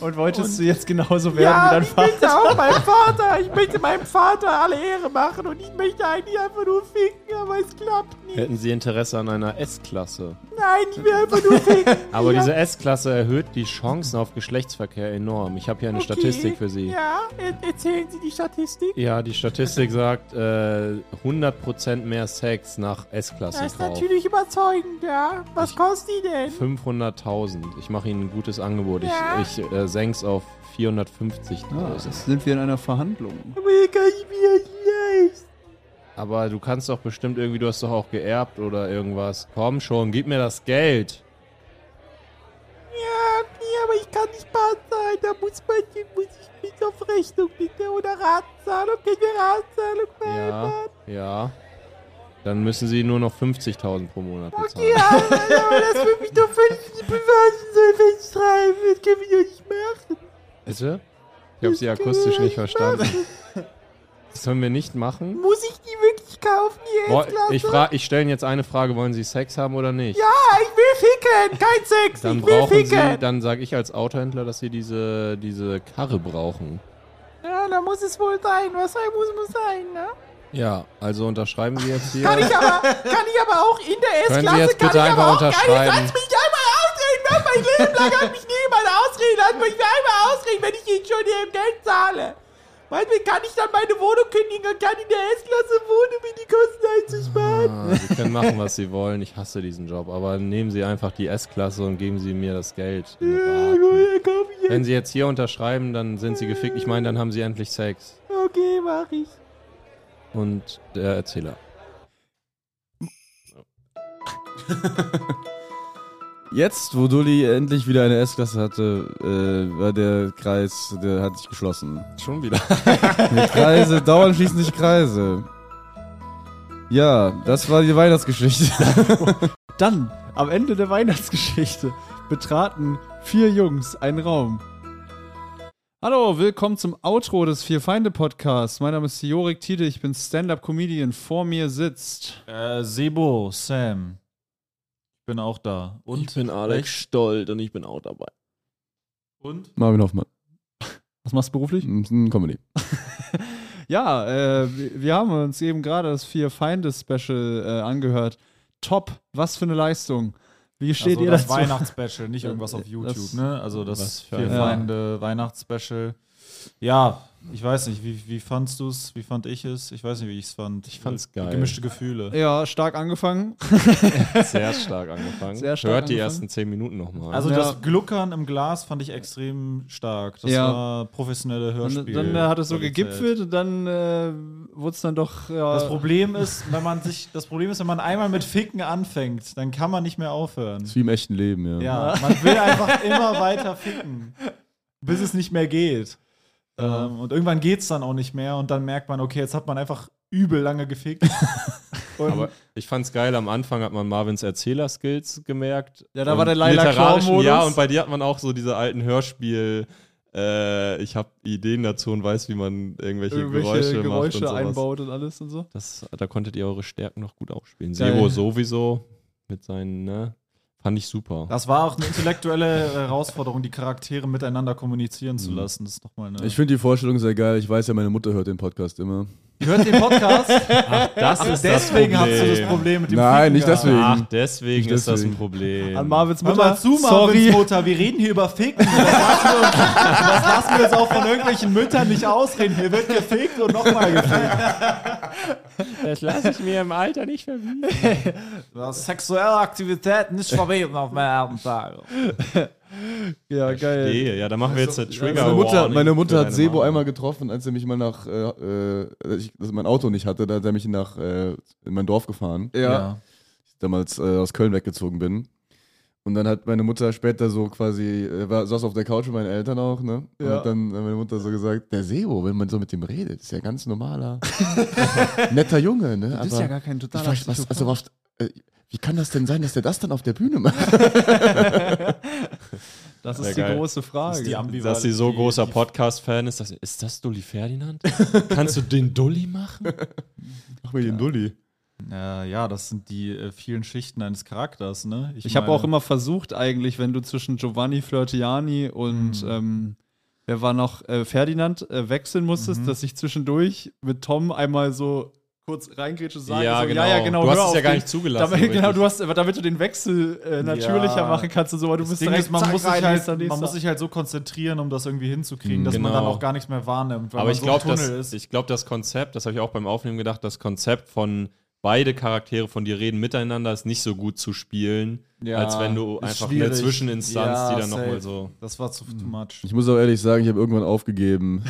S2: Und wolltest du jetzt genauso werden wie
S7: Ja,
S2: dein
S7: ich
S2: Vater?
S7: möchte auch meinem Vater. Ich möchte meinem Vater alle Ehre machen und ich möchte eigentlich einfach nur ficken, aber es klappt nicht.
S3: Hätten Sie Interesse an einer S-Klasse?
S7: Nein, Nein, ich will einfach nur ficken.
S3: Aber diese S-Klasse erhöht die Chancen auf Geschlechtsverkehr enorm. Ich habe hier eine
S7: Okay.
S3: Statistik für Sie.
S7: Ja, er erzählen Sie die Statistik.
S3: Ja, die Statistik sagt äh, 100% mehr Sex nach S-Klasse
S7: Das ist
S3: drauf.
S7: natürlich überzeugend, ja. Was kostet die denn?
S3: 500.000. Ich mache Ihnen ein gutes Angebot.
S7: Ja.
S3: Ich, ich äh, senk's auf 450.000.
S2: sind wir in einer Verhandlung.
S7: Mega, ich mir gleich.
S3: Aber du kannst doch bestimmt irgendwie, du hast doch auch geerbt oder irgendwas. Komm schon, gib mir das Geld.
S7: Ja, nee, aber ich kann nicht Part sein. Da muss man, muss ich mit auf Rechnung bitte oder Ratzahlung gegen Ratzahlung
S3: Ja,
S7: vereinbaren.
S3: ja. Dann müssen sie nur noch 50.000 pro Monat bezahlen.
S7: Ja, aber das würde mich doch völlig nicht beweisen sollen, wenn ich schreibe. Das können wir doch nicht machen.
S3: Bitte? Ich habe sie akustisch nicht verstanden. Das sollen wir nicht machen?
S7: Muss ich die wirklich kaufen, die
S3: Woll-
S7: S-Klasse?
S3: Ich, fra- ich stelle Ihnen jetzt eine Frage, wollen Sie Sex haben oder nicht?
S7: Ja, ich will ficken, kein Sex,
S3: Dann
S7: ich will
S3: brauchen
S7: ficken.
S3: Sie, dann sage ich als Autohändler, dass Sie diese, diese Karre brauchen.
S7: ja, da muss es wohl sein, was sein muss, muss sein, ne?
S3: Ja, also unterschreiben Sie jetzt hier.
S7: Kann ich aber, kann ich aber auch in der S-Klasse,
S3: Können Sie jetzt
S7: kann
S3: bitte
S7: ich aber
S3: einfach
S7: auch
S3: unterschreiben?
S7: Lass mich einmal ausreden, mach mein Leben lang hat mich niemand ausreden, lass mich einmal ausreden, wenn ich Ihnen schon Ihr Geld zahle. Manchmal kann ich dann meine Wohnung kündigen und kann in der S-Klasse wohnen, um mir die Kosten einzusparen.
S3: Ah, Sie können machen, was Sie wollen. Ich hasse diesen Job. Aber nehmen Sie einfach die S-Klasse und geben Sie mir das Geld. in Raten.
S7: Gut, dann kauf ich jetzt.
S3: Wenn Sie jetzt hier unterschreiben, dann sind Sie gefickt. Ich meine, dann haben Sie endlich Sex.
S7: Okay, mach ich.
S3: Und der Erzähler.
S1: Jetzt, wo Dulli endlich wieder eine S-Klasse hatte, äh, war der Kreis, der hat sich geschlossen.
S3: Schon wieder.
S1: Kreise, dauernd schließen sich Kreise. Ja, das war die Weihnachtsgeschichte.
S2: Dann, am Ende der Weihnachtsgeschichte, betraten vier Jungs einen Raum. Hallo, willkommen zum Outro des Vier Feinde Podcasts. Mein Name ist Jorik Tiede, ich bin Stand-Up-Comedian. Vor mir sitzt.
S9: Äh, Sebo, Sam. Ich bin auch da. Und
S5: bin Alex Stolt und ich bin auch dabei.
S1: Marvin Hoffmann.
S2: Was machst du beruflich?
S1: Mm, Comedy.
S2: Ja, äh, wir haben uns eben gerade das Vier Feinde Special äh, angehört. Top, was für eine Leistung. Wie steht
S9: also
S2: ihr
S9: das
S2: dazu? Äh,
S9: Weihnachtsspecial, nicht irgendwas auf
S2: Das-
S9: YouTube, ne? Also das
S3: Was für
S9: vier
S3: ein-
S9: Feinde Weihnachtsspecial. Ja, ich weiß nicht, wie, wie fandst du es? Wie fand ich es? Ich weiß nicht, wie ich es fand.
S3: Ich fand's geil.
S9: Gemischte Gefühle.
S2: Ja, stark angefangen.
S3: Sehr stark angefangen.
S2: Sehr stark
S3: Hört die
S2: angefangen.
S3: ersten zehn Minuten nochmal.
S9: Also
S2: Ja.
S9: das Gluckern im Glas fand ich extrem stark. Das
S2: Ja.
S9: war professionelle
S2: Dann,
S9: Hörspiel.
S2: dann äh, hat es so
S9: Qualität.
S2: gegipfelt und dann äh, wurde es dann doch. Ja,
S9: Das Problem ist, wenn man sich, das Problem ist, wenn man einmal mit Ficken anfängt, dann kann man nicht mehr aufhören.
S1: Das ist wie im echten Leben, ja.
S9: Ja, man will einfach immer weiter ficken, bis es nicht mehr geht. Ähm, und irgendwann geht's dann auch nicht mehr und dann merkt man, okay, jetzt hat man einfach übel lange gefickt. Und
S3: Aber ich fand's geil, am Anfang hat man Marvins Erzähler-Skills gemerkt.
S2: Ja, da
S3: Und
S2: war der Laila
S3: literarischen-
S2: Klau-Modus.
S3: Ja, und bei dir hat man auch so diese alten Hörspiel- äh, ich habe Ideen dazu und weiß, wie man irgendwelche,
S2: irgendwelche
S3: Geräusche, macht
S2: Geräusche
S3: und sowas.
S2: einbaut und alles und so.
S3: Das, da konntet ihr eure Stärken noch gut aufspielen.
S2: Geil.
S3: Sebo sowieso mit seinen, ne? Fand ich super.
S9: das war auch eine intellektuelle Herausforderung, die Charaktere miteinander kommunizieren zu lassen. Das ist doch mal eine.
S1: Ich finde die Vorstellung sehr geil. Ich weiß ja, meine Mutter hört den Podcast immer.
S9: hört den Podcast.
S3: das
S9: Ach, deswegen
S3: das
S9: hast du das
S3: Problem.
S9: Problem mit dem Ficken
S1: Nein, nicht
S9: gehabt.
S1: deswegen.
S3: Ach, deswegen
S1: Nicht
S3: ist das
S1: deswegen.
S3: ein Problem.
S2: An Marvins
S9: Hör
S2: Mutter.
S9: mal zu, Marvins
S2: sorry.
S9: Mutter, wir reden hier über Ficken. Das lassen, wir uns, das lassen wir uns auch von irgendwelchen Müttern nicht ausreden. Hier wird gefickt und nochmal gefickt.
S3: das lasse ich mir im Alter nicht verbieten.
S4: Sexuelle Aktivität nicht verbieten auf meiner Abenteuer.
S2: Ja, geil. Also,
S3: Ja, da machen wir jetzt eine Trigger.
S1: Meine Mutter,
S3: Warning
S1: meine Mutter
S3: für
S1: hat
S3: deine
S1: Sebo
S3: Mama.
S1: einmal getroffen, als er mich mal nach, äh, äh, als ich, dass mein Auto nicht hatte, da hat er mich nach, äh, in mein Dorf gefahren. damals äh, aus Köln weggezogen bin. Und dann hat meine Mutter später so quasi, äh, war, saß auf der Couch mit meinen Eltern auch, ne? Und
S2: Ja.
S1: hat dann äh, meine Mutter so gesagt, der Sebo, wenn man so mit dem redet, ist ja ganz normaler, netter Junge, ne?
S2: Das ist ja gar kein totaler
S1: ich weiß, was, also, was, äh, wie kann das denn sein, dass der das dann auf der Bühne macht?
S2: Das
S3: Sehr
S2: ist die
S3: geil.
S2: große Frage.
S3: dass sie so großer Podcast-Fan ist, dass sie, ist das Dulli Ferdinand? Kannst du den Dulli machen?
S1: Mach mir den Dulli.
S9: Äh, ja, das sind die äh, vielen Schichten eines Charakters, ne?
S2: Ich habe
S9: meine-
S2: auch immer versucht, eigentlich, wenn du zwischen Giovanni Flirtiani
S9: Mhm.
S2: und ähm,
S9: Mhm.
S2: wer war noch, äh, Ferdinand äh, wechseln musstest, dass ich zwischendurch mit Tom einmal so kurz reingrätsche sagen.
S3: Ja,
S2: so,
S3: genau.
S2: ja, ja, genau.
S3: Du hast
S2: hör
S3: es ja
S2: auf
S3: gar
S2: dich.
S3: nicht zugelassen,
S2: Damit, genau,
S3: richtig.
S2: du hast, damit du den Wechsel äh, natürlicher
S9: Ja.
S2: machen kannst und so, aber du bist
S9: Ding
S2: direkt
S9: ist, man,
S2: zack,
S9: muss sich,
S2: rein,
S9: halt,
S2: nächster, nächster. Mm,
S9: man muss sich halt so konzentrieren, um das irgendwie hinzukriegen,
S3: Mhm.
S9: dass
S3: Genau.
S9: man dann auch gar nichts mehr wahrnimmt. Weil
S3: Aber
S9: man
S3: ich
S9: so
S3: glaube,
S9: im
S3: das,
S9: Tunnel ist.
S3: ich glaub, das Konzept, das habe ich auch beim Aufnehmen gedacht, das Konzept von beide Charaktere von dir reden miteinander ist nicht so gut zu spielen,
S9: Ja,
S3: als wenn du
S9: ist
S3: einfach eine
S9: schwierig.
S3: Zwischeninstanz,
S9: Ja,
S3: die dann
S9: safe.
S3: nochmal so.
S9: Das war zu
S2: Mm.
S9: too much.
S1: Ich muss auch ehrlich sagen, ich habe irgendwann aufgegeben,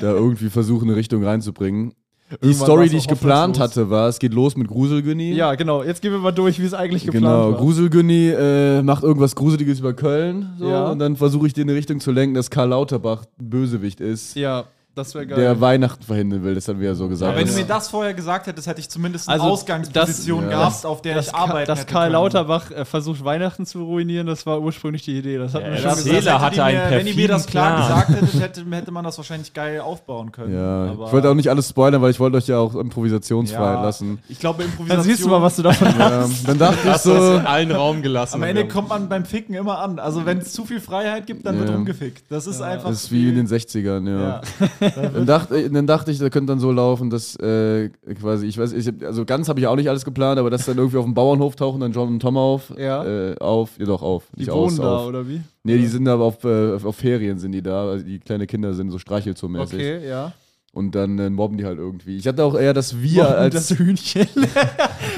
S1: da irgendwie versuchen, eine Richtung reinzubringen. Die
S9: Irgendwann
S1: Story,
S9: war's
S1: die
S9: auch
S1: ich geplant
S9: hoffnungslos.
S1: hatte, war, es geht los mit Gruselgenie.
S2: ja, genau. Jetzt gehen wir mal durch, wie es eigentlich geplant
S1: Genau,
S2: war.
S1: Gruselgönny äh, macht irgendwas Gruseliges über Köln. So,
S2: Ja.
S1: Und dann versuche ich den in die Richtung zu lenken, dass Karl Lauterbach ein Bösewicht ist,
S2: Ja, das wäre geil.
S1: der Weihnachten verhindern will. Das haben wir ja so gesagt.
S9: Aber wenn
S1: Das-
S9: du mir das vorher gesagt hättest, hätte ich zumindest
S2: Also,
S9: eine Ausgangsposition
S1: das- ja.
S9: gehabt, auf der ich
S2: Ka-
S9: arbeiten
S2: dass
S9: hätte
S2: Karl
S9: können.
S2: Lauterbach äh, versucht, Weihnachten zu ruinieren, das war ursprünglich die Idee. Das hat man
S3: Ja,
S2: schon
S3: das-
S2: gesagt.
S3: Seele
S9: hätte
S3: hatte
S9: die
S3: einen
S9: mir, Wenn ihr mir das
S3: perfiden
S9: klar
S3: Plan.
S9: gesagt hättet, hätte, hätte man das wahrscheinlich geil aufbauen können.
S1: ja,
S9: Aber-
S1: ich wollte auch nicht alles spoilern, weil ich wollte euch ja auch Improvisationsfreiheit
S9: Ja.
S1: lassen.
S9: Ich glaube, Improvisation.
S2: Dann Also, siehst du mal, was du davon hast.
S1: Ähm, dann dachte ich
S3: Hast du das
S1: so,
S3: in allen Raum gelassen?
S9: Am Ende kommt man beim Ficken immer an. Also, wenn es zu viel Freiheit gibt, dann
S1: Ja.
S9: wird rumgefickt. Das ist einfach.
S1: das ist wie in den 60ern, ja.
S9: ja.
S1: Dann dachte, ich- dann dachte ich, da könnte dann so laufen, dass äh, quasi, ich weiß, ich, hab- also ganz habe ich auch nicht alles geplant, aber dass dann irgendwie auf dem Bauernhof tauchen dann John und Tom auf,
S2: Ja.
S1: äh, auf, ja doch auf,
S2: Die
S1: nicht
S2: wohnen
S1: aus,
S2: da,
S1: auf.
S2: oder wie?
S1: Nee, die sind aber auf, äh, auf Ferien sind die da, also die kleine Kinder sind so streichelzoo-mäßig.
S2: Okay, ja.
S1: Und dann äh, mobben die halt irgendwie. Ich hatte auch eher, dass wir als
S2: das Hühnchen.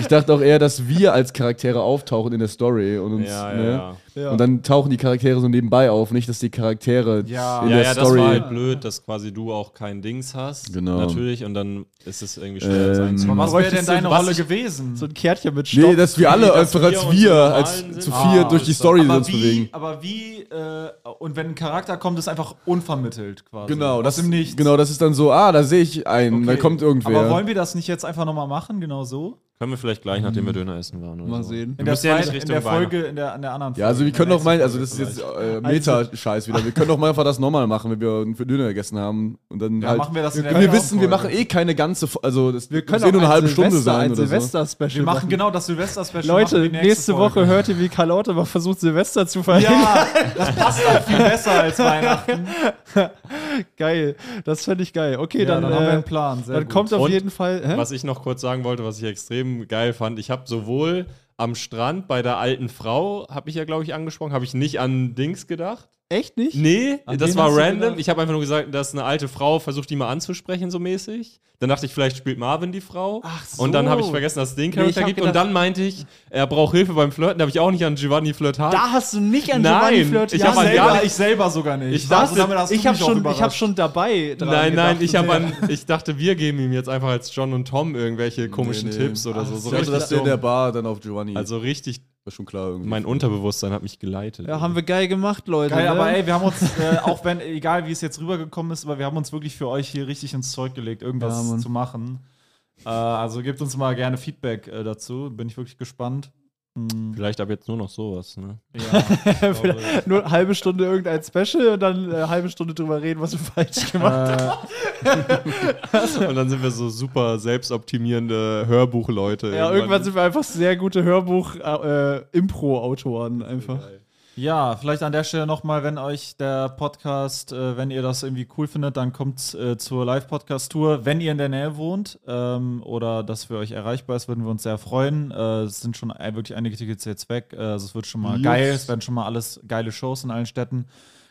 S1: ich dachte auch eher, dass wir als Charaktere auftauchen in der Story und uns
S3: Ja, ja,
S1: ne?
S3: ja.
S2: Ja.
S1: und dann tauchen die Charaktere so nebenbei auf, nicht dass die Charaktere
S9: Ja.
S1: in
S3: ja,
S1: der
S3: ja, das
S1: Story
S3: war halt blöd, dass quasi du auch kein Dings hast.
S1: Genau.
S3: Natürlich, und dann ist es irgendwie schwer.
S1: Ähm,
S3: das einzubauen.
S9: Was wäre denn deine
S2: Was
S9: Rolle
S2: ich-
S9: gewesen?
S2: so ein Kärtchen mit Stoff.
S1: Nee, dass wir alle
S3: dass
S1: einfach
S3: wir
S1: als
S3: uns
S1: wir,
S3: im
S1: als
S3: Normalen
S1: zu
S3: sind.
S1: viel
S3: Ah,
S1: durch die
S3: ist
S1: Story
S9: aber
S1: uns
S9: wie,
S1: bewegen.
S9: aber wie, äh, und wenn ein Charakter kommt, ist einfach unvermittelt quasi.
S1: Genau,
S9: Aus
S1: das
S9: dem Nichts.
S1: Genau, das ist dann so, ah, da sehe ich einen,
S9: Okay.
S1: da kommt irgendwer.
S9: Aber wollen wir das nicht jetzt einfach nochmal machen, genau so?
S3: Können wir vielleicht gleich, nachdem wir Döner essen waren. Oder
S2: Mal
S3: so.
S2: sehen.
S3: Wir müssen ja nicht
S9: zweiten- in
S3: Richtung
S9: der Folge, in der, an der anderen
S1: ja, also wir
S9: Folge, in
S1: können
S9: der
S1: doch mal, also
S9: nächsten
S1: das ist
S9: Folge
S1: jetzt äh, Meta-Scheiß wieder. Wir können doch mal einfach das nochmal machen, wenn wir einen Döner gegessen haben und dann
S9: Ja,
S1: halt.
S9: machen wir das in der
S1: wir
S9: anderen
S1: wissen, wir
S9: Folge.
S1: machen eh keine ganze, Fo- also das
S2: Wir können
S1: muss eh nur
S2: auch
S1: eine halbe Stunde
S2: Silvester,
S1: sein
S2: ein
S1: oder so.
S2: Silvester-Special
S9: Wir machen
S2: machen.
S9: genau das Silvester-Special.
S2: Leute,
S9: machen wir
S2: nächste, Woche hört ihr, wie Karl Lauterbach versucht, Silvester zu verhindern.
S9: Ja, das passt halt viel besser als Weihnachten.
S2: Geil. Das fände ich geil. Okay,
S9: Ja,
S2: dann,
S9: dann haben wir
S2: äh,
S9: einen Plan. Sehr
S2: dann
S9: gut.
S2: kommt auf
S3: Und
S2: jeden Fall. Hä?
S3: Was ich noch kurz sagen wollte, was ich extrem geil fand, ich habe sowohl am Strand bei der alten Frau, habe ich ja, glaube ich, angesprochen, habe ich nicht an Dings gedacht.
S2: Echt nicht?
S3: Nee, das
S9: wen
S3: war
S9: hast du
S3: random.
S9: gedacht?
S3: Ich habe einfach nur gesagt, dass eine alte Frau versucht, die mal anzusprechen, so mäßig. Dann dachte ich, vielleicht spielt Marvin die Frau. Ach
S9: so.
S3: Und dann habe ich vergessen, dass es den Charakter
S2: hab
S3: gibt. Und
S2: gedacht-
S3: dann meinte ich, er braucht Hilfe beim Flirten. Da habe ich auch nicht an Giovanni Flirtat.
S2: hast du nicht an
S3: Nein,
S2: flirtiert.
S3: ich
S2: Ja,
S3: hab an
S2: selber.
S3: gar
S9: selber,
S3: nicht-
S9: ich selber sogar nicht.
S3: Ich
S9: Warum
S3: dachte-
S9: haben wir das
S2: Ich
S9: du
S2: habe
S9: mich auch
S2: schon, ich
S9: überrascht?
S2: hab schon dabei dran
S3: Nein, nein, ich,
S2: gedacht.
S3: hab an, ich dachte, wir geben ihm jetzt einfach als John und Tom irgendwelche komischen
S1: nee.
S3: Tipps oder so. so
S1: Ich dachte,
S3: richtig
S1: dass der in
S3: dumm.
S1: der Bar dann auf Giovanni.
S3: also richtig,
S1: war schon klar irgendwie.
S3: mein Unterbewusstsein hat mich geleitet.
S2: Ja, haben wir geil gemacht, Leute.
S9: Geil,
S2: ne?
S9: aber ey, wir haben uns, äh, auch wenn, egal wie es jetzt rübergekommen ist, aber wir haben uns wirklich für euch hier richtig ins Zeug gelegt,
S2: Ja,
S9: irgendwas
S2: Mann.
S9: zu machen. Äh, also gebt uns mal gerne Feedback äh, dazu, bin ich wirklich gespannt.
S3: Vielleicht ab jetzt nur noch sowas, ne?
S2: Nur eine halbe Stunde irgendein Special und dann äh, eine halbe Stunde drüber reden, was wir falsch
S9: Äh,
S2: gemacht haben.
S3: Und dann sind wir so super selbstoptimierende Hörbuchleute.
S2: Ja, irgendwann sind wir einfach sehr gute Hörbuch-Impro-Autoren einfach.
S9: Ja, vielleicht an der Stelle nochmal, wenn euch der Podcast, äh, wenn ihr das irgendwie cool findet, dann kommt äh, zur Live-Podcast-Tour. Wenn ihr in der Nähe wohnt ähm, oder das für euch erreichbar ist, würden wir uns sehr freuen. Äh, es sind schon ein- wirklich einige Tickets jetzt weg. Äh, also es wird schon mal geil. Es werden schon mal alles geile Shows in allen Städten.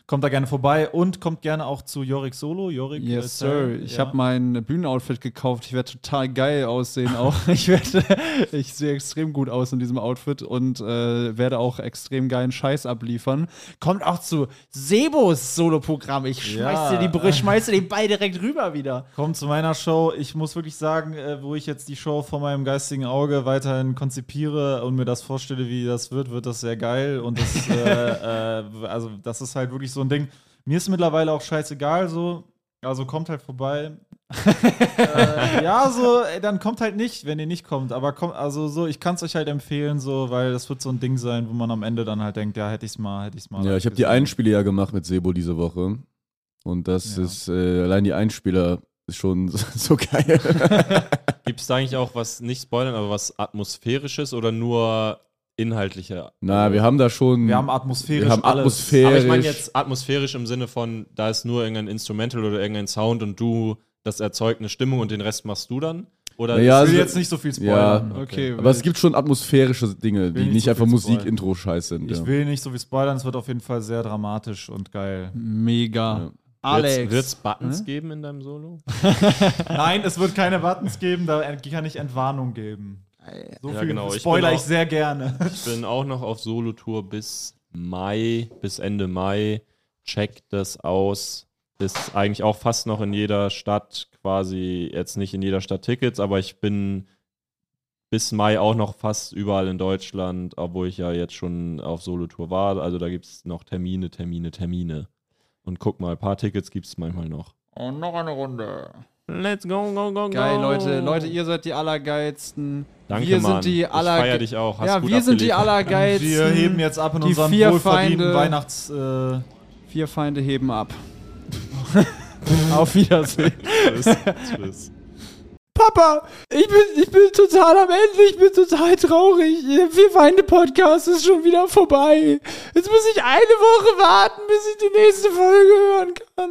S9: Kommt da gerne vorbei und kommt gerne auch zu Jorik Solo. Jorik, äh,
S2: Yes, sir. Ich
S9: ja.
S2: habe mein Bühnenoutfit gekauft. Ich werde total geil aussehen auch. Ich werde, ich sehe extrem gut aus in diesem Outfit und äh, werde auch extrem geilen Scheiß abliefern. Kommt auch zu Sebos Soloprogramm. Ich schmeiß
S9: Ja.
S2: dir die, Br- ich schmeiß dir den Ball direkt rüber wieder.
S9: Kommt zu meiner Show. Ich muss wirklich sagen, äh, wo ich jetzt die Show vor meinem geistigen Auge weiterhin konzipiere und mir das vorstelle, wie das wird, wird das sehr geil. Und das, äh, äh, also das ist halt wirklich so ein Ding. Mir ist mittlerweile auch scheißegal so. Also kommt halt vorbei. äh, ja, so, ey, dann kommt halt nicht, wenn ihr nicht kommt. Aber kommt, also so, ich kann es euch halt empfehlen, so, weil das wird so ein Ding sein, wo man am Ende dann halt denkt, ja, hätte ich's mal, hätte ich's mal.
S1: Ja, ich habe die Einspiele ja gemacht mit Sebo diese Woche. Und das
S9: Ja.
S1: ist, äh, allein die Einspieler ist schon so geil.
S3: Gibt es da eigentlich auch was, nicht spoilern, aber was Atmosphärisches oder nur inhaltliche?
S1: Na, wir haben da schon.
S9: Wir haben atmosphärisch
S1: wir haben
S9: alles.
S1: atmosphärisch.
S3: Aber ich meine jetzt atmosphärisch im Sinne von, da ist nur irgendein Instrumental oder irgendein Sound und du, das erzeugt eine Stimmung und den Rest machst du dann? Oder
S1: Naja,
S9: Ich will
S1: also-
S9: jetzt nicht so viel
S1: ja,
S9: spoilern.
S7: Okay,
S1: aber es gibt schon atmosphärische Dinge,
S9: Will
S1: die
S9: nicht
S1: nicht
S9: so
S1: einfach
S9: viel
S1: Musik-Intro-Scheiß sind.
S9: Ich
S1: ja.
S9: will nicht so viel spoilern, es wird auf jeden Fall sehr dramatisch und geil.
S7: Mega.
S1: Ja.
S7: Alex.
S3: Wird es Buttons geben in deinem Solo?
S9: Nein, es wird keine Buttons geben, da ent- kann ich Entwarnung geben. So
S3: Ja,
S9: viel
S3: genau, ich
S9: spoiler
S3: bin
S9: ich
S3: auch-
S9: sehr gerne.
S3: Ich bin auch noch auf Solo-Tour bis Mai, bis Ende Mai. Checkt das aus. Ist eigentlich auch fast noch in jeder Stadt quasi, jetzt nicht in jeder Stadt Tickets, aber ich bin bis Mai auch noch fast überall in Deutschland, obwohl ich ja jetzt schon auf Solo-Tour war. Also da gibt es noch Termine, Termine, Termine. Und guck mal, ein paar Tickets gibt es manchmal noch.
S2: Und noch eine Runde.
S3: Let's go, go, go, go.
S7: Geil, Leute. Leute, ihr seid die Allergeilsten.
S3: Danke,
S7: wir sind
S3: Mann.
S7: die aller-
S3: Ich feier dich auch. Hast
S7: ja,
S3: gut
S7: wir sind die
S3: abgeliefert.
S7: Allergeilsten.
S9: Wir heben jetzt ab in
S7: die
S9: unserem
S7: vier
S9: wohlverdienten
S7: Feinde-
S9: Weihnachts... Äh,
S7: Vier Feinde heben ab. Auf Wiedersehen.
S3: Tschüss, Tschüss.
S7: Papa, ich bin, ich bin total am Ende, ich bin total traurig. Wir Feinde Podcast ist schon wieder vorbei. Jetzt muss ich eine Woche warten, bis ich die nächste Folge hören kann.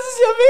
S7: ist ja